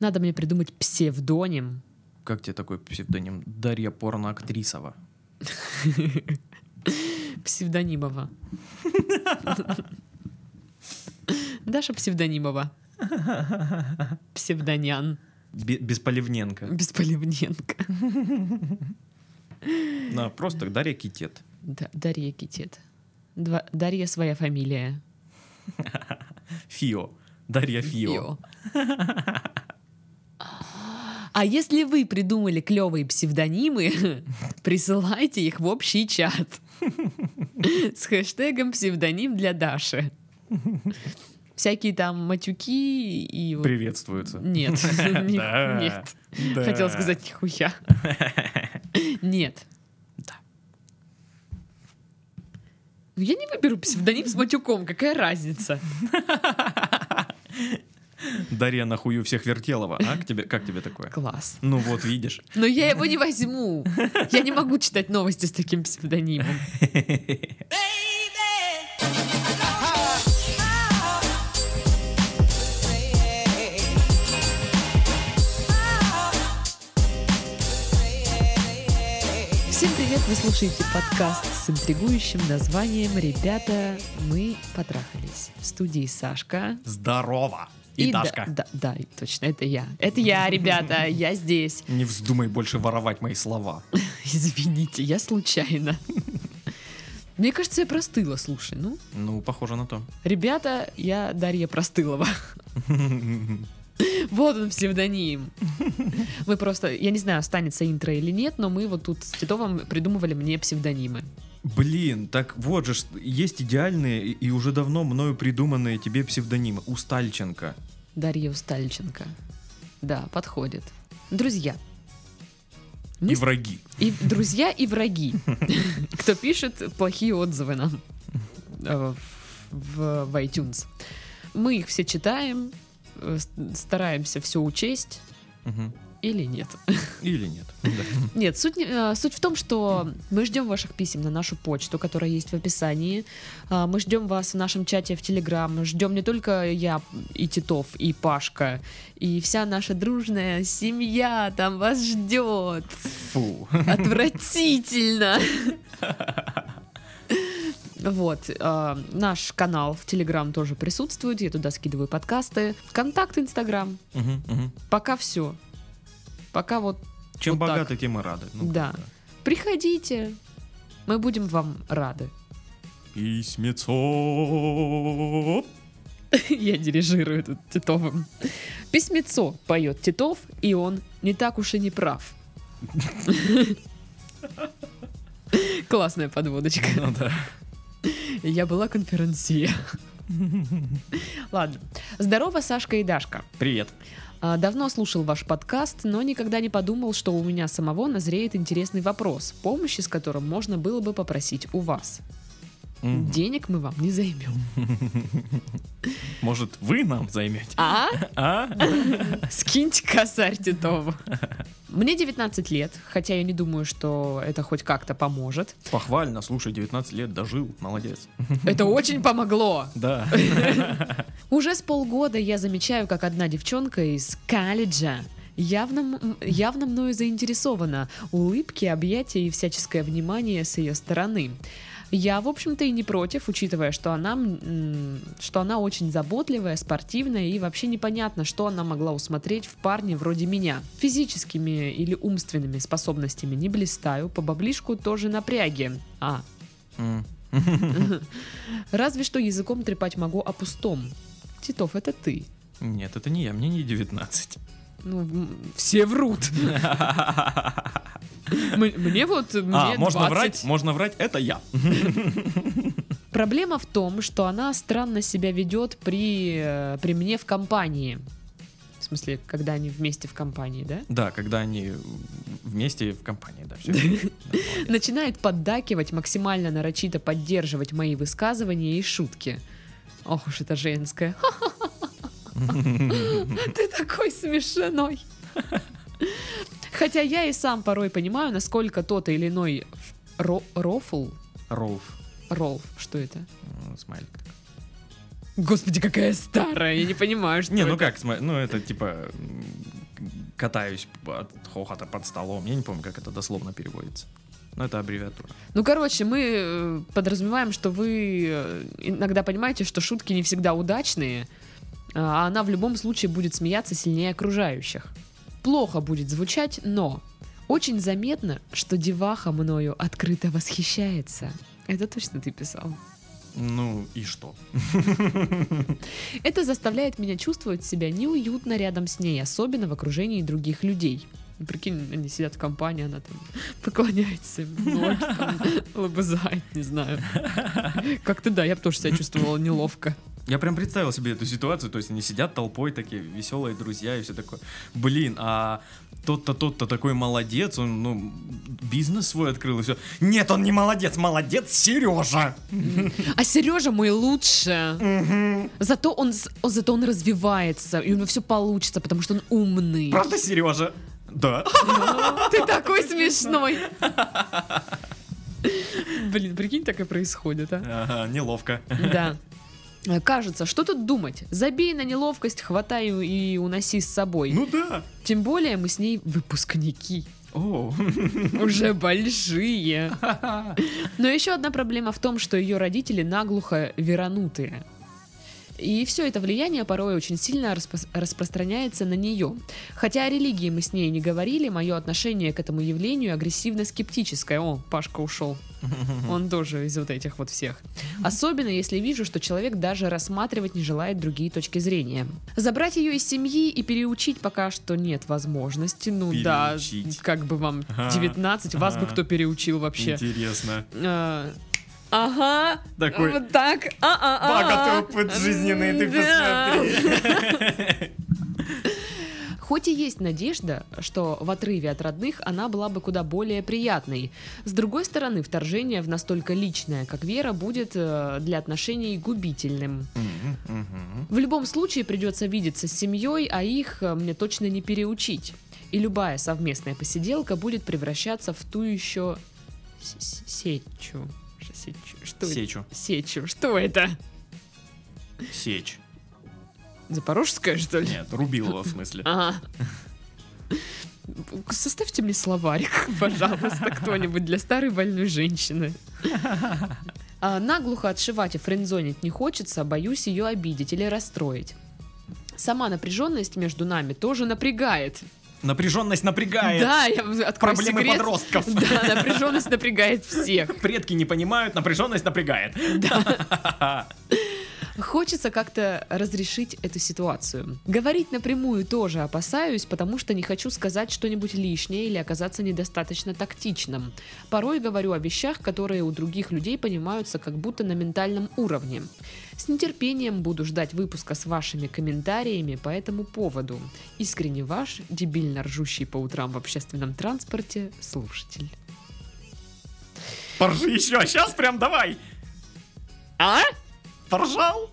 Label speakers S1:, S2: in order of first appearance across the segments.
S1: Надо мне придумать псевдоним.
S2: Как тебе такой псевдоним? Дарья Порноактрисова.
S1: Псевдонимова. Даша Псевдонимова. Псевдонян.
S2: Бе- Бесполивненко.
S1: Бесполевненко.
S2: Да, просто Дарья Китет.
S1: Да, Дарья Китет. Два- Дарья своя фамилия.
S2: Фио. Дарья
S1: E
S2: Фио.
S1: А если вы придумали клевые псевдонимы, присылайте их в общий чат с хэштегом псевдоним для Даши. Всякие там матюки и... вот-
S2: Приветствуется.
S1: Нет, не-
S2: Да.
S1: нет.
S2: Да.
S1: Хотела сказать нихуя. Нет.
S2: Да.
S1: Ну, Я не выберу псевдоним с матюком, какая разница?
S2: Дарья нахую всех вертелова. А к тебе, как тебе такое?
S1: Класс.
S2: Ну вот, видишь.
S1: Но я его не возьму. Я не могу читать новости с таким псевдонимом. Всем привет! Вы слушаете подкаст с интригующим названием «Ребята, мы потрахались». В студии Сашка.
S2: Здорово. И,
S1: да-
S2: Дашка.
S1: Да, да, и точно, это я. Это я, ребята, я здесь.
S2: Не вздумай больше воровать мои слова.
S1: Извините, я случайно. Мне кажется, я простыла, слушай, ну.
S2: Ну, похоже на то.
S1: Ребята, я Дарья Простылова. Вот он псевдоним. Мы просто, я не знаю, останется интро или нет, но мы вот тут с Титовым придумывали мне псевдонимы.
S2: Блин, так вот же, ж, есть идеальные и- и уже давно мною придуманные тебе псевдонимы. Устальченко.
S1: Дарья Устальченко. Да, подходит. Друзья. Мы
S2: И
S1: с-
S2: враги.
S1: и друзья и враги. Кто пишет плохие отзывы нам э, в, в iTunes. Мы их все читаем, э, с- стараемся все учесть
S2: Мгм.
S1: или нет.
S2: Или нет. Да.
S1: Нет, суть, не- э, суть в том, что мы ждем ваших писем на нашу почту, которая есть в описании. А, Мы ждем вас в нашем чате в Телеграм. Ждем не только я и Титов, и Пашка, и вся наша дружная семья там вас ждет.
S2: Фу.
S1: Отвратительно. Вот, а, наш канал в Телеграм тоже присутствует, я туда скидываю подкасты. Контакт, Инстаграм,
S2: Мгм, мгм.
S1: пока все. Пока вот
S2: Чем
S1: Вот так.
S2: богаты, тем и рады. Ну,
S1: Да.
S2: как-то.
S1: Приходите, мы будем вам рады.
S2: Письмецо.
S1: Я дирижирую тут Титовым. Письмецо поет Титов, и он не так уж и не прав. Классная подводочка.
S2: Ну да.
S1: Я была конференсье. Ладно. Здорово, Сашка и Дашка.
S2: Привет.
S1: А, Давно слушал ваш подкаст, но никогда не подумал, что у меня самого назреет интересный вопрос, помощи с которым можно было бы попросить у вас.
S2: Мгм.
S1: Денег мы вам не займем.
S2: Может, вы нам займете?
S1: А?
S2: А?
S1: Скиньте косарь Титову. Мне 19 лет, хотя я не думаю, что это хоть как-то поможет.
S2: Похвально, слушай, 19 лет дожил, молодец.
S1: Это очень помогло.
S2: Да.
S1: Уже с полгода я замечаю, как одна девчонка из колледжа явно, м- явно мною заинтересована. Улыбки, объятия и всяческое внимание с ее стороны. Я, в общем-то, и не против, учитывая, что она, м, м, что она очень заботливая, спортивная и вообще непонятно, что она могла усмотреть в парне вроде меня. Физическими или умственными способностями не блистаю, по баблишку тоже напряги. А,
S2: М.
S1: разве что языком трепать могу о пустом. Титов, это ты.
S2: Нет, это не я, мне не 19.
S1: Ну, м, все врут. М- Мне вот э, мне
S2: А, можно
S1: 20.
S2: врать? Можно врать, это я.
S1: Проблема в том, что она странно себя ведет при, э, при мне в компании. В смысле, когда они вместе в компании, да?
S2: Да, когда они вместе в компании, да, все.
S1: Начинает поддакивать, максимально нарочито поддерживать мои высказывания и шутки. Ох уж это женское. А Ты такой смешной. Хотя я и сам порой понимаю, насколько тот или иной ф- ро- рофл,
S2: Роуф.
S1: ролф, что это?
S2: М, Смайлик.
S1: Господи, какая старая, я не понимаю, что
S2: Не,
S1: это.
S2: ну как, сма- ну это ну, типа м, катаюсь от хохота под столом. Я не помню, как это дословно переводится. Но это аббревиатура.
S1: Ну, короче, мы э, подразумеваем, что вы э, иногда понимаете, что шутки не всегда удачные, э, а она в любом случае будет смеяться сильнее окружающих. Плохо будет звучать, но очень заметно, что деваха мною открыто восхищается. Это точно ты писал.
S2: Ну и что?
S1: Это заставляет меня чувствовать себя неуютно рядом с ней, особенно в окружении других людей. Ну, Прикинь, они сидят в компании, она там поклоняется, им в ноги там лобызает, не знаю. Как-то да, я бы тоже себя чувствовала неловко.
S2: Я прям представил себе эту ситуацию, то есть они сидят толпой такие веселые друзья и все такое. Блин, а тот-то, тот-то такой молодец, он ну, бизнес свой открыл и все. Нет, он не молодец, молодец Сережа.
S1: А Сережа мой лучше. Зато он, с- о, зато он развивается, и у него все получится, потому что он умный.
S2: Правда Сережа? Да.
S1: Ты такой смешной. Блин, прикинь, так и происходит, а?
S2: Ага, неловко.
S1: Да. Э, Кажется, что тут думать? Забей на неловкость, хватай и уноси с собой.
S2: Ну да.
S1: Тем более мы с ней выпускники.
S2: О,
S1: Уже большие. Но еще одна проблема в том, что ее родители наглухо веранутые. И все это влияние порой очень сильно распро- распространяется на нее. Хотя о религии мы с ней не говорили, мое отношение к этому явлению агрессивно-скептическое. О, Пашка ушел. Он тоже из вот этих вот всех. Особенно если вижу, что человек даже рассматривать не желает другие точки зрения. Забрать ее из семьи и переучить пока что нет возможности. Ну
S2: Переучить.
S1: да, как бы вам
S2: Ага.
S1: 19, вас бы
S2: Ага.
S1: кто переучил вообще.
S2: интересно.
S1: Э, Ага,
S2: Такой,
S1: вот так, а а а
S2: Бага, ты опыт жизненный, ты
S1: Хоть и есть надежда, что в отрыве от родных она была бы куда более приятной. С другой стороны, вторжение в настолько личное, как вера, будет э, для отношений губительным.
S2: Мгм, мгм.
S1: В любом случае придется видеться с семьей, а их э, мне точно не переучить. И любая совместная посиделка будет превращаться в ту еще с- с- сечу. Ш- сечу. Что это?
S2: Сечу.
S1: Сечу. Что это?
S2: Сечь.
S1: Запорожская, что ли?
S2: Нет, Рубилова в смысле.
S1: Ага. Составьте мне словарик, пожалуйста, кто-нибудь для старой больной женщины. А, наглухо отшивать и френдзонить не хочется, боюсь ее обидеть или расстроить. Сама напряженность между нами тоже напрягает.
S2: Напряженность напрягает.
S1: Да, я в- открою
S2: Проблемы
S1: секрет.
S2: подростков.
S1: Да, напряженность напрягает всех.
S2: Предки не понимают, напряженность напрягает.
S1: Хочется как-то разрешить эту ситуацию. Говорить напрямую тоже опасаюсь, потому что не хочу сказать что-нибудь лишнее или оказаться недостаточно тактичным. Порой говорю о вещах, которые у других людей понимаются как будто на ментальном уровне. С нетерпением буду ждать выпуска с вашими комментариями по этому поводу. Искренне ваш, дебильно ржущий по утрам в общественном транспорте, слушатель.
S2: Поржи еще, сейчас прям давай.
S1: А?
S2: Поржал?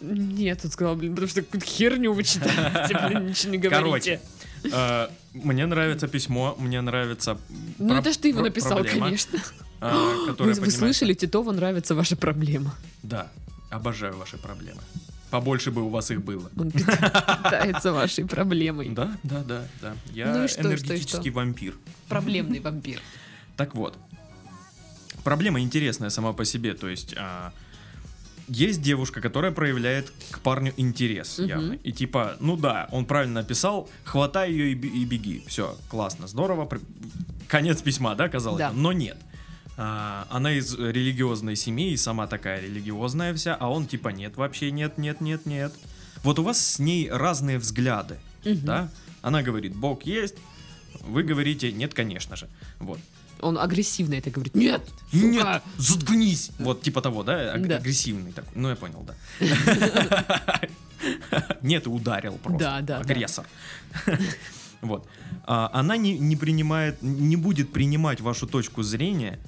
S1: Нет, он сказал, блин, потому что какую-то херню вы читаете, блин, ничего не говорите.
S2: Короче, э, мне нравится письмо, мне нравится...
S1: Ну,
S2: про-
S1: это ж ты его
S2: про-
S1: написал,
S2: проблема,
S1: конечно.
S2: э,
S1: Вы,
S2: которая
S1: вы
S2: поднимается.
S1: слышали, Титова нравится ваша проблема.
S2: Да, обожаю ваши проблемы. Побольше бы у вас их было.
S1: Он пита- питается вашей проблемой.
S2: Да, да, да, да. Я
S1: Ну и что, и что, и что?
S2: энергетический вампир.
S1: Проблемный вампир.
S2: Так вот, проблема интересная сама по себе, то есть а, есть девушка, которая проявляет к парню интерес
S1: Мгм.
S2: явно. И типа, ну да, он правильно написал, хватай ее и, бе- и беги. Все, классно, здорово. пр- Конец письма, да, казалось
S1: Да.
S2: бы? Но нет. А, она из религиозной семьи, и сама такая религиозная вся, а он типа нет, вообще нет, нет, нет, нет. Вот у вас с ней разные взгляды,
S1: Мгм.
S2: да? Она говорит, Бог есть, вы говорите, нет, конечно же. Вот.
S1: Он агрессивно это говорит. Нет! сука!»
S2: Нет, заткнись! Вот типа того, да? аг-
S1: Да.
S2: Агрессивный такой. Ну, я понял, да. Нет, и ударил просто.
S1: Да, да, да.
S2: Агрессор. Вот. А, Она не, не принимает, не будет принимать вашу точку зрения,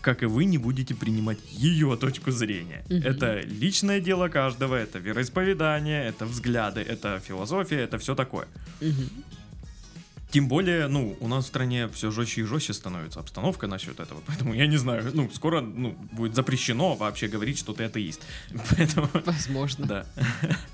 S2: как и вы не будете принимать ее точку зрения.
S1: Мгм.
S2: Это личное дело каждого, это вероисповедание, это взгляды, это философия, это все такое.
S1: Мгм.
S2: Тем более, ну, у нас в стране все жестче и жестче становится обстановка насчет этого. Поэтому я не знаю, ну, скоро ну, будет запрещено вообще говорить, что ты атеист. Поэтому,
S1: Возможно.
S2: да.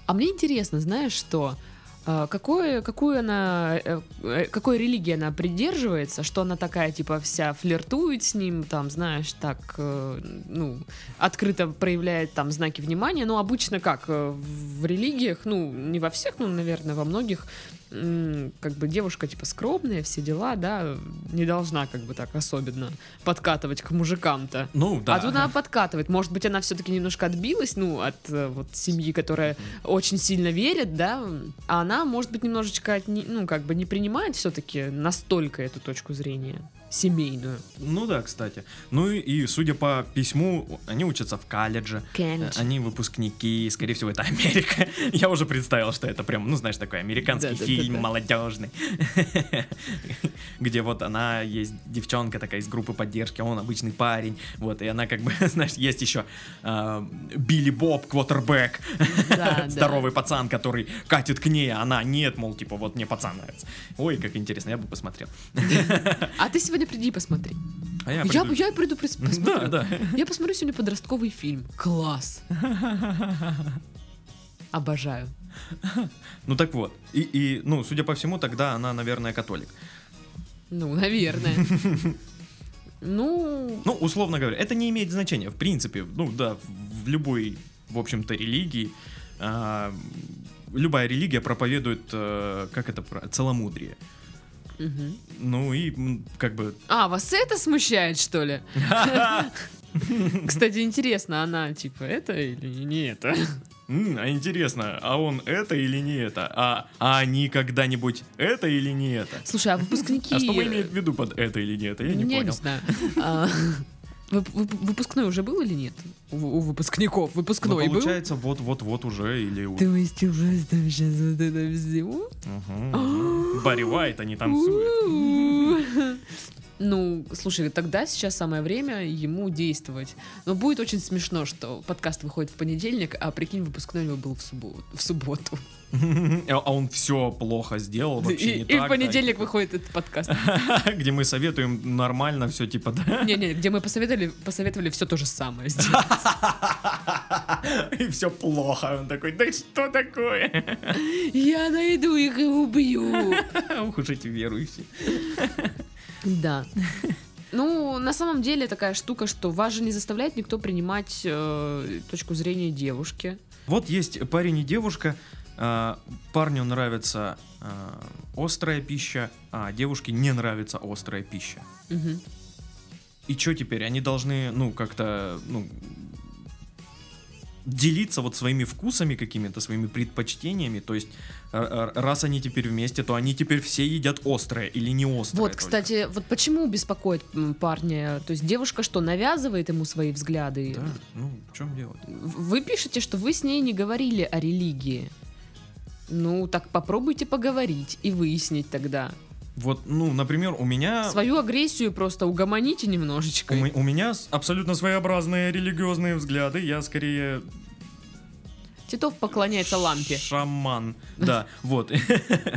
S1: А мне интересно, знаешь что? А, какое, какую она, э, э, какой религии она придерживается, что она такая, типа, вся флиртует с ним, там, знаешь, так, э, ну, открыто проявляет там знаки внимания, но обычно как э, в религиях, ну, не во всех, ну, наверное, во многих, м, как бы девушка, типа, скромная, все дела, да, не должна, как бы так, особенно подкатывать к мужикам-то.
S2: Ну, да.
S1: А тут она подкатывает. Может быть, она все-таки немножко отбилась, ну, от э, вот семьи, которая очень сильно верит, да, а она, может быть, немножечко, отне- ну, как бы не принимает все-таки настолько эту точку зрения семейную.
S2: Ну да, кстати. Ну и, и судя по письму, они учатся в колледже.
S1: Колледж.
S2: Э, Они выпускники, скорее всего, это Америка. Я уже представил, что это прям, ну знаешь, такой американский
S1: Да-да-да-да.
S2: фильм молодежный. Где вот она есть девчонка такая из группы поддержки, а он обычный парень. Вот, и она как бы, знаешь, есть еще э, Билли Боб, квотербек.
S1: Да, да.
S2: Здоровый пацан, который катит к ней, а она нет, мол, типа, вот мне пацан нравится. Ой, как интересно, я бы посмотрел.
S1: А ты сегодня приди посмотри.
S2: А я
S1: Я,
S2: приду-
S1: я приду прис-
S2: Да,
S1: посмотрю.
S2: да.
S1: Я посмотрю сегодня подростковый фильм. Класс. Обожаю.
S2: Ну так вот. И, и, ну, судя по всему, тогда она, наверное, католик.
S1: Ну, наверное. Ну,
S2: Ну, условно говоря, это не имеет значения. В принципе, ну да, в любой, в общем-то, религии. а, любая религия проповедует, э, как это, про- целомудрие.
S1: мгм.
S2: Ну и м, как бы...
S1: А, вас это смущает, что ли? Кстати, интересно, она типа это или не это?
S2: «М, а интересно, а он это или не это? А, а они когда-нибудь это или не это?
S1: Слушай, а выпускники...
S2: А что вы имеете в виду под это или не это? Я не
S1: Я
S2: понял.
S1: не знаю. А, вып- вып- Выпускной уже был или нет? У у выпускников
S2: Ну,
S1: выпускной был?
S2: получается, вот-вот-вот уже или... у-
S1: То есть у вас там сейчас вот это все? А.
S2: Мгм. Барри Уайт, они танцуют.
S1: У-у-у. Ну, слушай, тогда сейчас самое время ему действовать. Но будет очень смешно, что подкаст выходит в понедельник, а прикинь, выпускной у него был в субботу. В субботу.
S2: А а он все плохо сделал, вообще
S1: и,
S2: не
S1: и
S2: так,
S1: в понедельник выходит этот подкаст.
S2: да, Где мы советуем нормально все, типа, да.
S1: Не-не, где мы посоветовали, посоветовали все то же самое сделать.
S2: И все плохо. Он такой, да что такое?
S1: Я найду их и убью.
S2: Ух уж эти верующие.
S1: Да. Ну, на самом деле такая штука, что вас же не заставляет никто принимать э, точку зрения девушки.
S2: Вот есть парень и девушка. а, Парню нравится а, острая пища, а девушке не нравится острая пища.
S1: Мгм.
S2: И что теперь? Они должны, ну, как-то, ну, делиться вот своими вкусами какими-то, своими предпочтениями. То есть, р- р- раз они теперь вместе, то они теперь все едят острое или не острое.
S1: Вот,
S2: только.
S1: кстати, вот почему беспокоит м, парня? То есть девушка что, навязывает ему свои взгляды?
S2: Да, ну, в чем дело?
S1: В- Вы пишете, что вы с ней не говорили о религии. Ну, так попробуйте поговорить и выяснить тогда.
S2: Вот, ну, например, у меня...
S1: Свою агрессию просто угомоните
S2: У,
S1: немножечко.
S2: ме- у меня с- абсолютно своеобразные религиозные взгляды. Я скорее
S1: Титов поклоняется лампе.
S2: Шаман. Да, вот.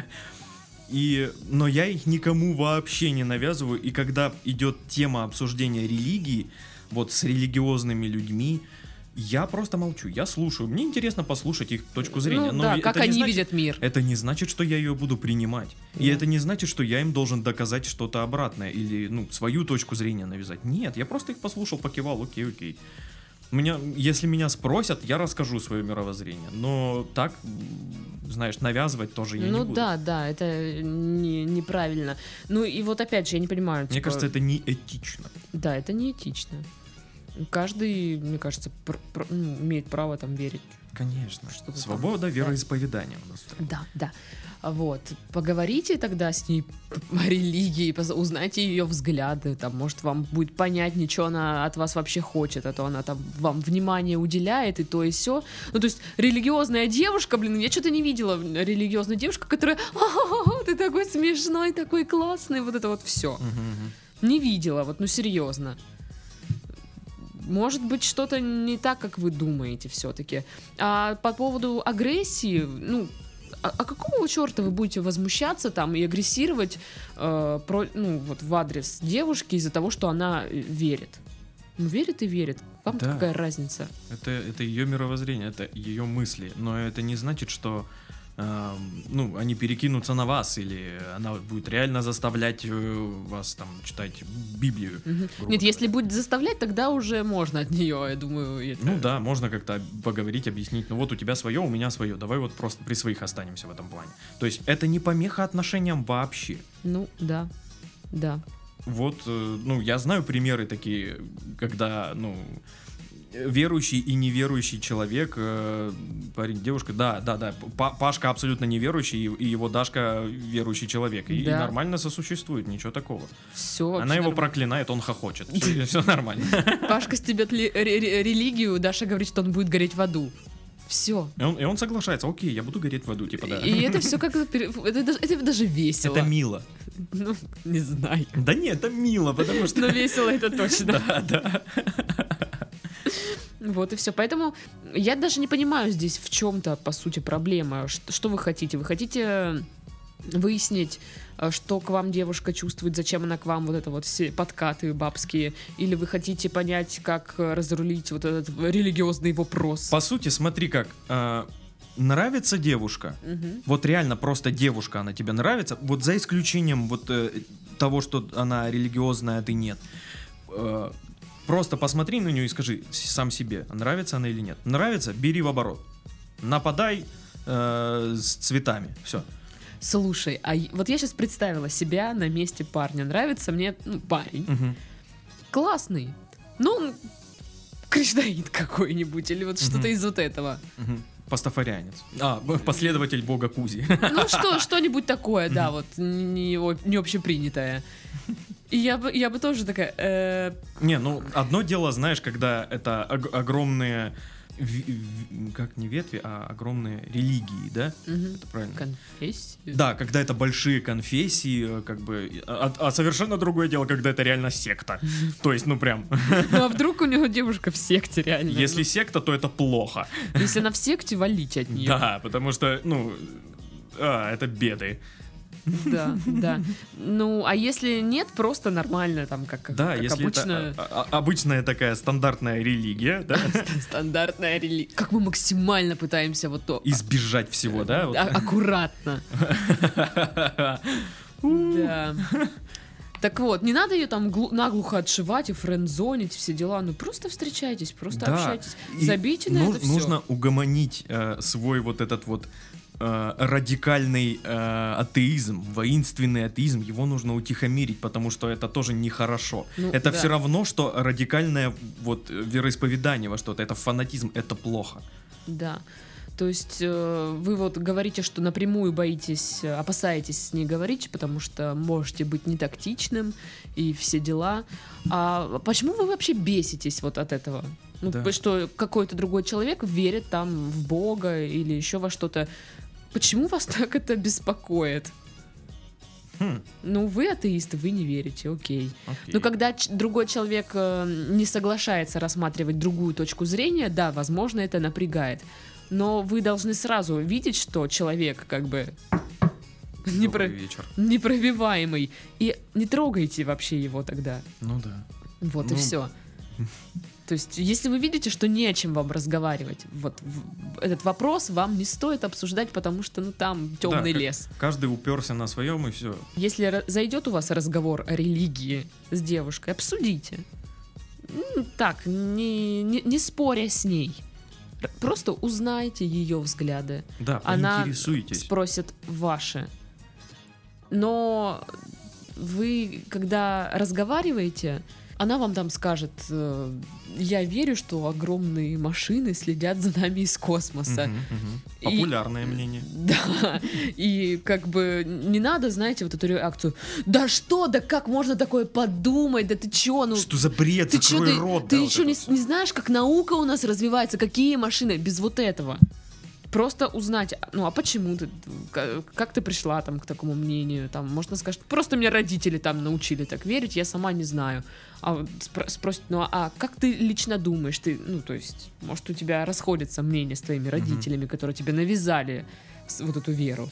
S2: И, но я их никому вообще не навязываю. И когда идет тема обсуждения религии, вот с религиозными людьми, я просто молчу, я слушаю. Мне интересно послушать их точку зрения.
S1: Ну
S2: но
S1: да,
S2: это
S1: как
S2: не
S1: они
S2: значит- э,
S1: видят мир.
S2: Это не значит, что я ее буду принимать. И
S1: Да.
S2: это не значит, что я им должен доказать что-то обратное или, ну, свою точку зрения навязать. Нет, я просто их послушал, покивал, окей, окей. Меня, если меня спросят, я расскажу свое мировоззрение. Но так, м, знаешь, навязывать тоже я не
S1: ну
S2: буду.
S1: да, да, это не- неправильно. Ну и вот опять же, я не понимаю.
S2: Мне
S1: типа,
S2: кажется, это неэтично.
S1: Да, это неэтично. Каждый, мне кажется, пр- пр- ну, имеет право там верить.
S2: Конечно.
S1: Что-то там,
S2: Свобода
S1: да.
S2: вероисповедания у нас.
S1: Да, да. Вот. Поговорите тогда с ней о религии, поз- узнайте ее взгляды. Там, может, вам будет понятнее, что она от вас вообще хочет, а то она там вам внимание уделяет и то и все. Ну, то есть, религиозная девушка, блин, я что-то не видела религиозную девушку, которая «О, ты такой смешной, такой классный, вот это вот все.
S2: Мгм,
S1: Не видела, вот, ну серьезно. Может быть, что-то не так, как вы думаете все-таки. А по поводу агрессии, ну, а, а какого черта вы будете возмущаться там и агрессировать э, про- ну, вот в адрес девушки из-за того, что она э, верит? Ну, верит и верит. Вам
S2: Да.
S1: какая разница?
S2: Это, это ее мировоззрение, это ее мысли. Но это не значит, что э, ну, они перекинутся на вас, или она будет реально заставлять э, вас там читать Библию.
S1: Мгм.
S2: грубо
S1: Нет,
S2: говоря.
S1: если будет заставлять, тогда уже можно от нее, я думаю. это-
S2: Ну да, можно как-то поговорить, объяснить. Ну вот у тебя свое, у меня свое. Давай вот просто при своих останемся в этом плане. То есть это не помеха отношениям вообще.
S1: Ну да, да.
S2: Вот, э, ну, я знаю примеры такие, когда, ну, верующий и неверующий человек, э, парень, девушка, да, да, да, Па- Пашка абсолютно неверующий, и и его Дашка верующий человек. И, и
S1: Да.
S2: нормально сосуществует, ничего такого.
S1: Все.
S2: Она его проклинает, он хохочет. Все нормально.
S1: Пашка стебет ли- ре- ре- религию, Даша говорит, что он будет гореть в аду. Все.
S2: И он, и он соглашается, окей, я буду гореть в аду, типа, да.
S1: И это все как-то... пере- Это, даже- это даже весело.
S2: Это мило.
S1: Ну, не знаю.
S2: Да нет, это мило, потому что...
S1: Но весело это Ну, точно.
S2: Да, да.
S1: Вот и все. Поэтому я даже не понимаю здесь в чем-то, по сути, проблема. Ш- Что, вы хотите? Вы хотите выяснить, э, что к вам девушка чувствует, зачем она к вам, вот это вот все подкаты бабские, или вы хотите понять, как э, разрулить вот этот религиозный вопрос?
S2: По сути, смотри как. э, Нравится девушка,
S1: Мгм.
S2: вот реально просто девушка, она тебе нравится, вот за исключением вот э, того, что она религиозная, а ты нет. Э, просто посмотри на нее и скажи с- сам себе, нравится она или нет. Нравится, бери в оборот. Нападай э, с цветами. Все.
S1: Слушай, а е- вот я сейчас представила себя на месте парня. Нравится мне ну, парень. Классный. Ну, он кришнаит какой-нибудь, или вот что-то
S2: Мгм.
S1: из вот этого.
S2: Пастафарианец. А, б- последователь бога Кузи.
S1: Ну что, что-нибудь такое, да, вот не, о- не общепринятое. И я бы, я бы тоже такая, э,
S2: Не, ну одно дело, знаешь, когда это ог- огромные ви- ви- как не ветви, а огромные религии, да?
S1: мгм,
S2: Это правильно.
S1: конфессию.
S2: Да, когда это большие конфессии, э, как бы. и- А, а совершенно другое дело, когда это реально секта. То есть, ну прям,
S1: Ну а вдруг у него девушка в секте реально?
S2: если секта, то это плохо.
S1: Ну, если она в секте, валить от нее.
S2: Да, потому что, ну, а, это беды.
S1: да, да. Ну, а если нет, просто нормально, там, как, как,
S2: Да,
S1: как
S2: если
S1: обычно,
S2: это а, а, обычная такая стандартная религия, да,
S1: стандартная религия. Как мы максимально пытаемся вот то...
S2: избежать всего, да. вот.
S1: а- аккуратно. А, Да. Так вот, не надо ее там глу- наглухо отшивать и френдзонить, все дела. Ну просто встречайтесь, просто
S2: Да.
S1: общайтесь.
S2: И
S1: Забейте на
S2: ну-
S1: это все.
S2: Нужно угомонить э, свой вот этот вот э, радикальный э, атеизм, воинственный атеизм, его нужно утихомирить, потому что это тоже нехорошо.
S1: Ну,
S2: это
S1: да.
S2: все равно, что радикальное вот э, вероисповедание во что-то, это фанатизм, это плохо.
S1: Да. То есть э, вы вот говорите, что напрямую боитесь, э, опасаетесь с ней говорить, потому что можете быть не тактичным и все дела. А почему вы вообще беситесь вот от этого? Ну,
S2: Да.
S1: п- что какой-то другой человек верит там в Бога или еще во что-то. Почему вас так это беспокоит?
S2: Хм,
S1: Ну, вы атеисты, вы не верите, окей.
S2: окей.
S1: Но когда ч- другой человек э, не соглашается рассматривать другую точку зрения, да, возможно, это напрягает. Но вы должны сразу видеть, что человек как бы не
S2: Добрый
S1: про-
S2: вечер.
S1: непробиваемый. И не трогайте вообще его тогда.
S2: Ну да.
S1: Вот и
S2: Ну.
S1: все. То есть, если вы видите, что не о чем вам разговаривать, вот в- этот вопрос вам не стоит обсуждать, потому что ну там темный
S2: как-
S1: лес.
S2: Каждый уперся на своем и все.
S1: Если ра- зайдет у вас разговор о религии с девушкой, обсудите. М, Так, не, не, не споря с ней. Р- Просто узнайте ее взгляды.
S2: Да,
S1: Она
S2: поинтересуйтесь.
S1: Спросят ваши. Но вы, когда разговариваете, она вам там скажет, э, я верю, что огромные машины следят за нами из космоса.
S2: Мгм, мгм.
S1: И-
S2: Популярное мнение.
S1: Да, и как бы не надо, знаете, вот эту реакцию. Да что, да как можно такое подумать, да ты чё, ну...
S2: Что за бред?
S1: Ты чё,
S2: Закрой
S1: ты,
S2: рот.
S1: ты
S2: да, вот
S1: чё,
S2: это
S1: не,
S2: вот всё.
S1: не знаешь, как наука у нас развивается, какие машины? Без вот этого. Просто узнать, а, ну а почему ты, к- как ты пришла там к такому мнению, там, можно сказать, просто меня родители там научили так верить, я сама не знаю. А вот спро- спросят, ну а, а как ты лично думаешь, ты, ну то есть, может у тебя расходятся мнения с твоими родителями, которые тебе навязали с- вот эту веру.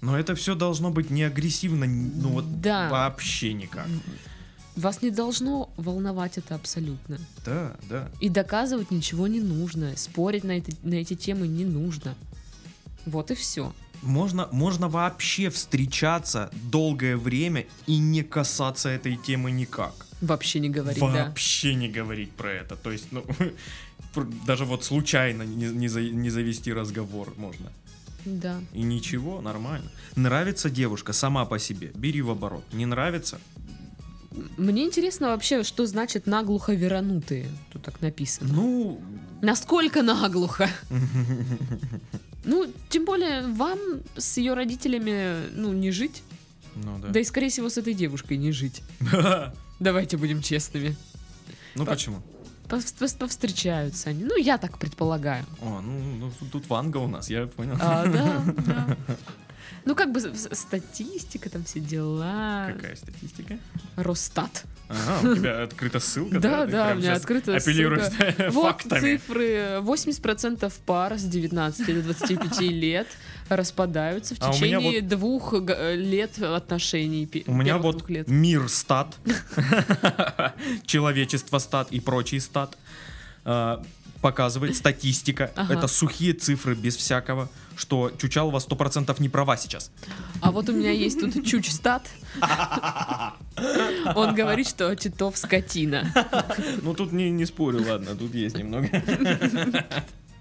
S2: Но это все должно быть не агрессивно, н- ну вот
S1: Да.
S2: вообще никак.
S1: Вас не должно волновать это абсолютно.
S2: Да, да.
S1: И доказывать ничего не нужно, спорить на, эти- на эти темы не нужно. Вот и все.
S2: Можно, можно вообще встречаться долгое время и не касаться этой темы никак.
S1: Вообще не говорить, да.
S2: вообще не говорить про это. То есть, ну, пр- даже вот случайно не, не за- не завести разговор можно.
S1: Да.
S2: И ничего, нормально. Нравится девушка сама по себе, бери в оборот. Не нравится?
S1: Мне интересно вообще, что значит наглухо веранутые. Тут так написано.
S2: Ну,
S1: Насколько наглухо? Ну, тем более, вам с ее родителями, ну, не жить.
S2: ну
S1: Да и, скорее всего, с этой девушкой не жить.
S2: да.
S1: Давайте будем честными.
S2: Ну почему?
S1: Пов- пов- Повстречаются они. Ну, я так предполагаю.
S2: О, ну, ну, тут- тут Ванга у нас, я понял.
S1: А, да, да. Ну, как бы с- с- статистика, там все дела.
S2: Какая статистика?
S1: Росстат.
S2: А. Ага, у тебя открыта ссылка.
S1: Да,
S2: Ты
S1: да,
S2: прям
S1: у меня
S2: щас
S1: открыта
S2: Апеллируешь да,
S1: Вот
S2: фактами.
S1: цифры. 80% пар с 19 до 25 лет распадаются в
S2: А у меня
S1: течение двух г- лет отношений. пе-
S2: У меня
S1: первых
S2: вот
S1: двух лет.
S2: мир стат, человечество стат и прочий стат э, показывает статистика.
S1: Ага.
S2: Это сухие цифры без всякого, что Чучалова 100% не права сейчас.
S1: А вот у меня есть тут Чучстат. Он говорит, что Титов скотина.
S2: Ну тут не, не спорю, ладно, тут есть немного.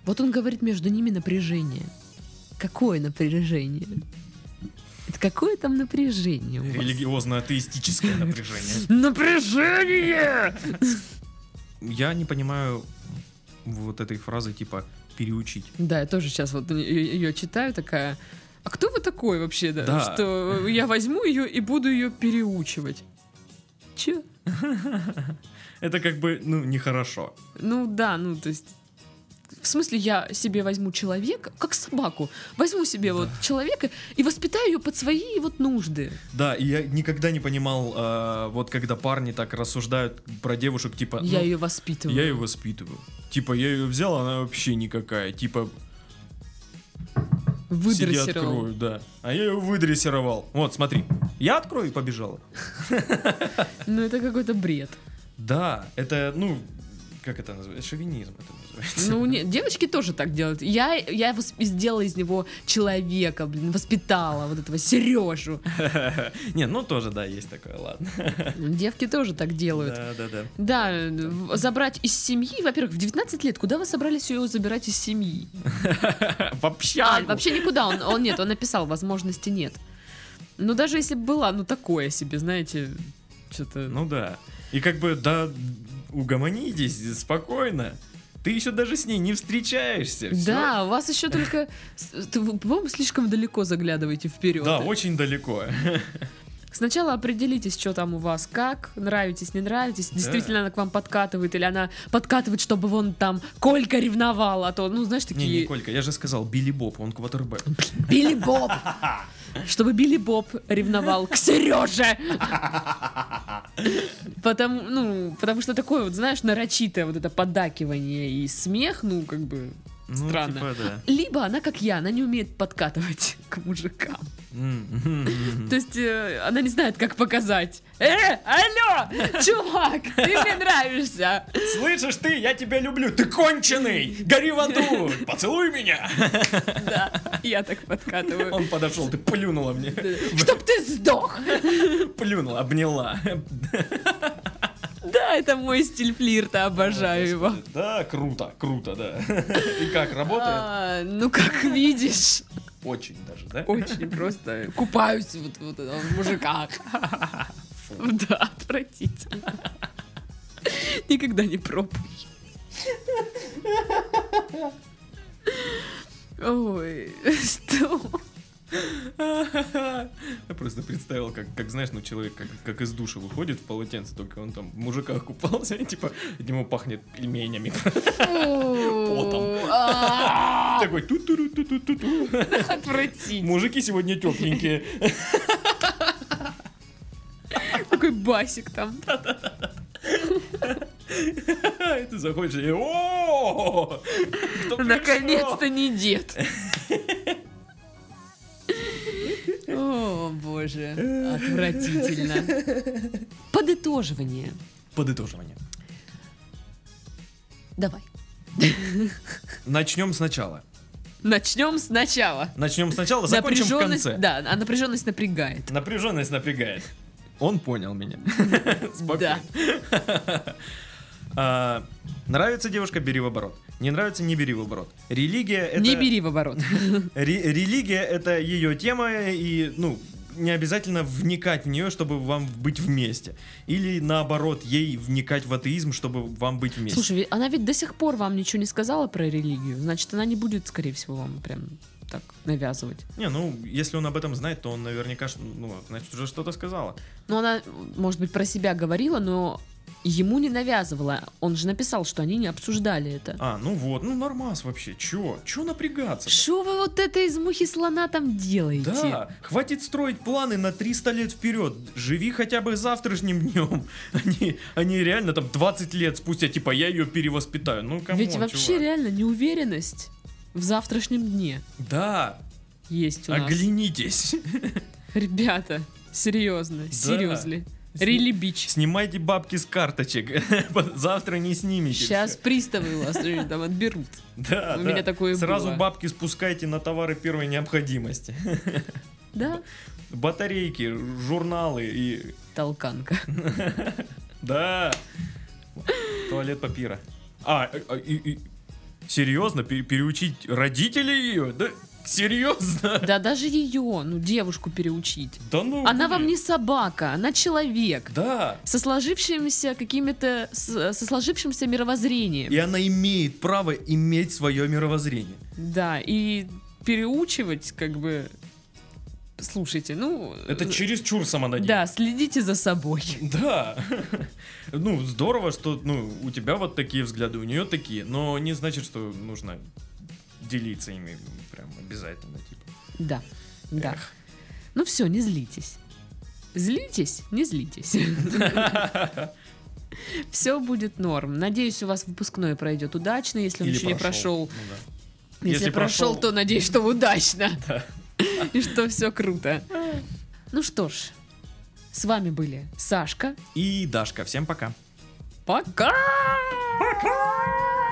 S1: Вот он говорит, между ними напряжение. Какое напряжение? Это какое там напряжение у вас?
S2: Религиозно-атеистическое напряжение.
S1: Напряжение!
S2: Я не понимаю вот этой фразы типа переучить.
S1: Да, я тоже сейчас вот ее читаю, такая. А кто вы такой вообще, да?
S2: Да.
S1: Что я возьму ее и буду ее переучивать. Че?
S2: Это как бы, ну, нехорошо.
S1: Ну да, ну то есть. В смысле, я себе возьму человека, как собаку, возьму себе вот человека и воспитаю ее под свои вот нужды.
S2: Да, и я никогда не понимал, э, вот когда парни так рассуждают про девушек, типа...
S1: я
S2: ну,
S1: ее воспитываю.
S2: Я ее воспитываю. Типа, я ее взял, она вообще никакая. Типа, сиди
S1: Выдрессировал.
S2: открою, да. А я ее выдрессировал. Вот, смотри. Я открою и побежала.
S1: Ну это какой-то бред.
S2: Да, это, ну, как это называется? Шовинизм это называется.
S1: Ну нет, девочки тоже так делают. Я, я восп- сделала из него человека, блин, воспитала вот этого Сережу.
S2: Не, ну тоже, да, есть такое, ладно.
S1: Ну, Девки тоже так делают.
S2: Да, да, да.
S1: Да, в- забрать из семьи, во-первых, в 19 лет куда вы собрались ее забирать из семьи?
S2: Вообще.
S1: А, вообще никуда, он, он нет, он написал, возможности нет. Ну, даже если бы была, ну, такое себе, знаете, что-то...
S2: Ну да. И как бы, да, угомонитесь, спокойно. Ты еще даже с ней не встречаешься. всё.
S1: да, у вас еще только... с- ты, вы, По-моему, слишком далеко заглядываете вперед.
S2: Да, очень далеко.
S1: Сначала определитесь, что там у вас, как, нравитесь, не нравитесь,
S2: Да.
S1: действительно она к вам подкатывает, или она подкатывает, чтобы вон там Колька ревновала, а то, ну, знаешь,
S2: Не,
S1: такие...
S2: не, Колька, я же сказал, Билли Боб, он Ну, квотербек.
S1: Билли Боб! Чтобы Билли Боб ревновал к Сереже! Потому, ну, потому что такое вот, знаешь, нарочитое вот это поддакивание и смех, ну, как бы...
S2: Ну,
S1: Странно.
S2: типа, да.
S1: Либо она, как я, она не умеет подкатывать к мужикам.
S2: М-м-м.
S1: То есть э, она не знает, как показать. Э, алло, чувак, ты мне нравишься.
S2: Слышишь ты, я тебя люблю, ты конченый, гори в аду, поцелуй меня.
S1: Да, я так подкатываю.
S2: Он подошел, ты плюнула мне,
S1: Чтоб ты сдох.
S2: плюнула, обняла.
S1: Да, это мой стиль флирта, обожаю его.
S2: Да, круто, круто, да. И как, работает?
S1: А, ну, как видишь,
S2: Очень даже, да?
S1: очень просто купаюсь вот, вот это в мужиках. Да, отвратительно. Никогда не пробуй. Ой, что?
S2: Я просто представил, как, как знаешь, ну человек как, как из души выходит в полотенце, только он там в мужиках купался, и типа от него пахнет пельменями. Потом.
S1: А,
S2: Такой ту-ту-ту-ту-ту-ту.
S1: Отвратительно.
S2: Мужики сегодня тепленькие.
S1: Такой басик там.
S2: И ты заходишь и о Кто пришел?»
S1: Наконец-то не дед. О, боже, отвратительно. Подытоживание.
S2: Подытоживание.
S1: Давай.
S2: Начнем сначала.
S1: Начнем сначала.
S2: Начнем сначала, закончим в
S1: Напряженность-
S2: конце.
S1: Да, а напряженность напрягает.
S2: Напряженность напрягает. Он понял меня. Спокойно. А, Нравится девушка, бери в оборот. Не нравится, не бери в оборот. Религия это...
S1: Не бери в оборот.
S2: Ре- религия это ее тема, и, ну, не обязательно вникать в нее, чтобы вам быть вместе. Или наоборот, ей вникать в атеизм, чтобы вам быть вместе.
S1: Слушай, ведь она ведь до сих пор вам ничего не сказала про религию. Значит, она не будет, скорее всего, вам прям так навязывать.
S2: Не, ну, если он об этом знает, то он наверняка, ш- ну, значит, уже что-то сказала.
S1: Но Ну, она, может быть, про себя говорила, но ему не навязывала. Он же написал, что они не обсуждали это.
S2: А, ну вот, ну нормас вообще, чё? Чё напрягаться?
S1: Что вы вот это из мухи слона там делаете?
S2: Да, хватит строить планы на 300 лет вперед. Живи хотя бы завтрашним днем. Они, они реально там 20 лет спустя, типа, я ее перевоспитаю. Ну, камон,
S1: Ведь вообще
S2: чувак.
S1: реально неуверенность в завтрашнем дне
S2: Да,
S1: есть у нас.
S2: оглянитесь.
S1: Ребята, серьезно, серьезно.
S2: Сни-
S1: Рили бич.
S2: Снимайте бабки с карточек. Завтра не снимите.
S1: Сейчас
S2: всё.
S1: приставы у вас блин, там отберут.
S2: Да,
S1: у
S2: да.
S1: меня такое
S2: Сразу
S1: было.
S2: бабки спускайте на товары первой необходимости.
S1: Да?
S2: Батарейки, журналы и...
S1: Толканка.
S2: Да. Туалет папира. А, э, э, и- и- серьезно? Пере- Переучить родителей ее? Да, серьезно?
S1: Да даже ее, ну девушку переучить.
S2: Да ну...
S1: Она
S2: блин.
S1: вам не собака, она человек.
S2: Да.
S1: Со сложившимися какими-то... с- Со сложившимся мировоззрением.
S2: И она имеет право иметь свое мировоззрение.
S1: Да, и переучивать как бы... Слушайте, ну...
S2: Это чересчур самонадеянно.
S1: Да, следите за собой.
S2: Да. Ну, здорово, что ну, у тебя вот такие взгляды, у нее такие, но не значит, что нужно делиться ими прям обязательно, типа.
S1: Да, да.
S2: Эх.
S1: Ну все, не злитесь. Злитесь, не злитесь. Все будет норм. Надеюсь, у вас выпускной пройдет удачно, если он
S2: Или
S1: еще не прошел.
S2: Ну да.
S1: Если
S2: Если
S1: прошел,
S2: прошел-
S1: то надеюсь, что удачно. И что все круто. Ну что ж, с вами были Сашка.
S2: И Дашка, всем пока.
S1: Пока! Пока!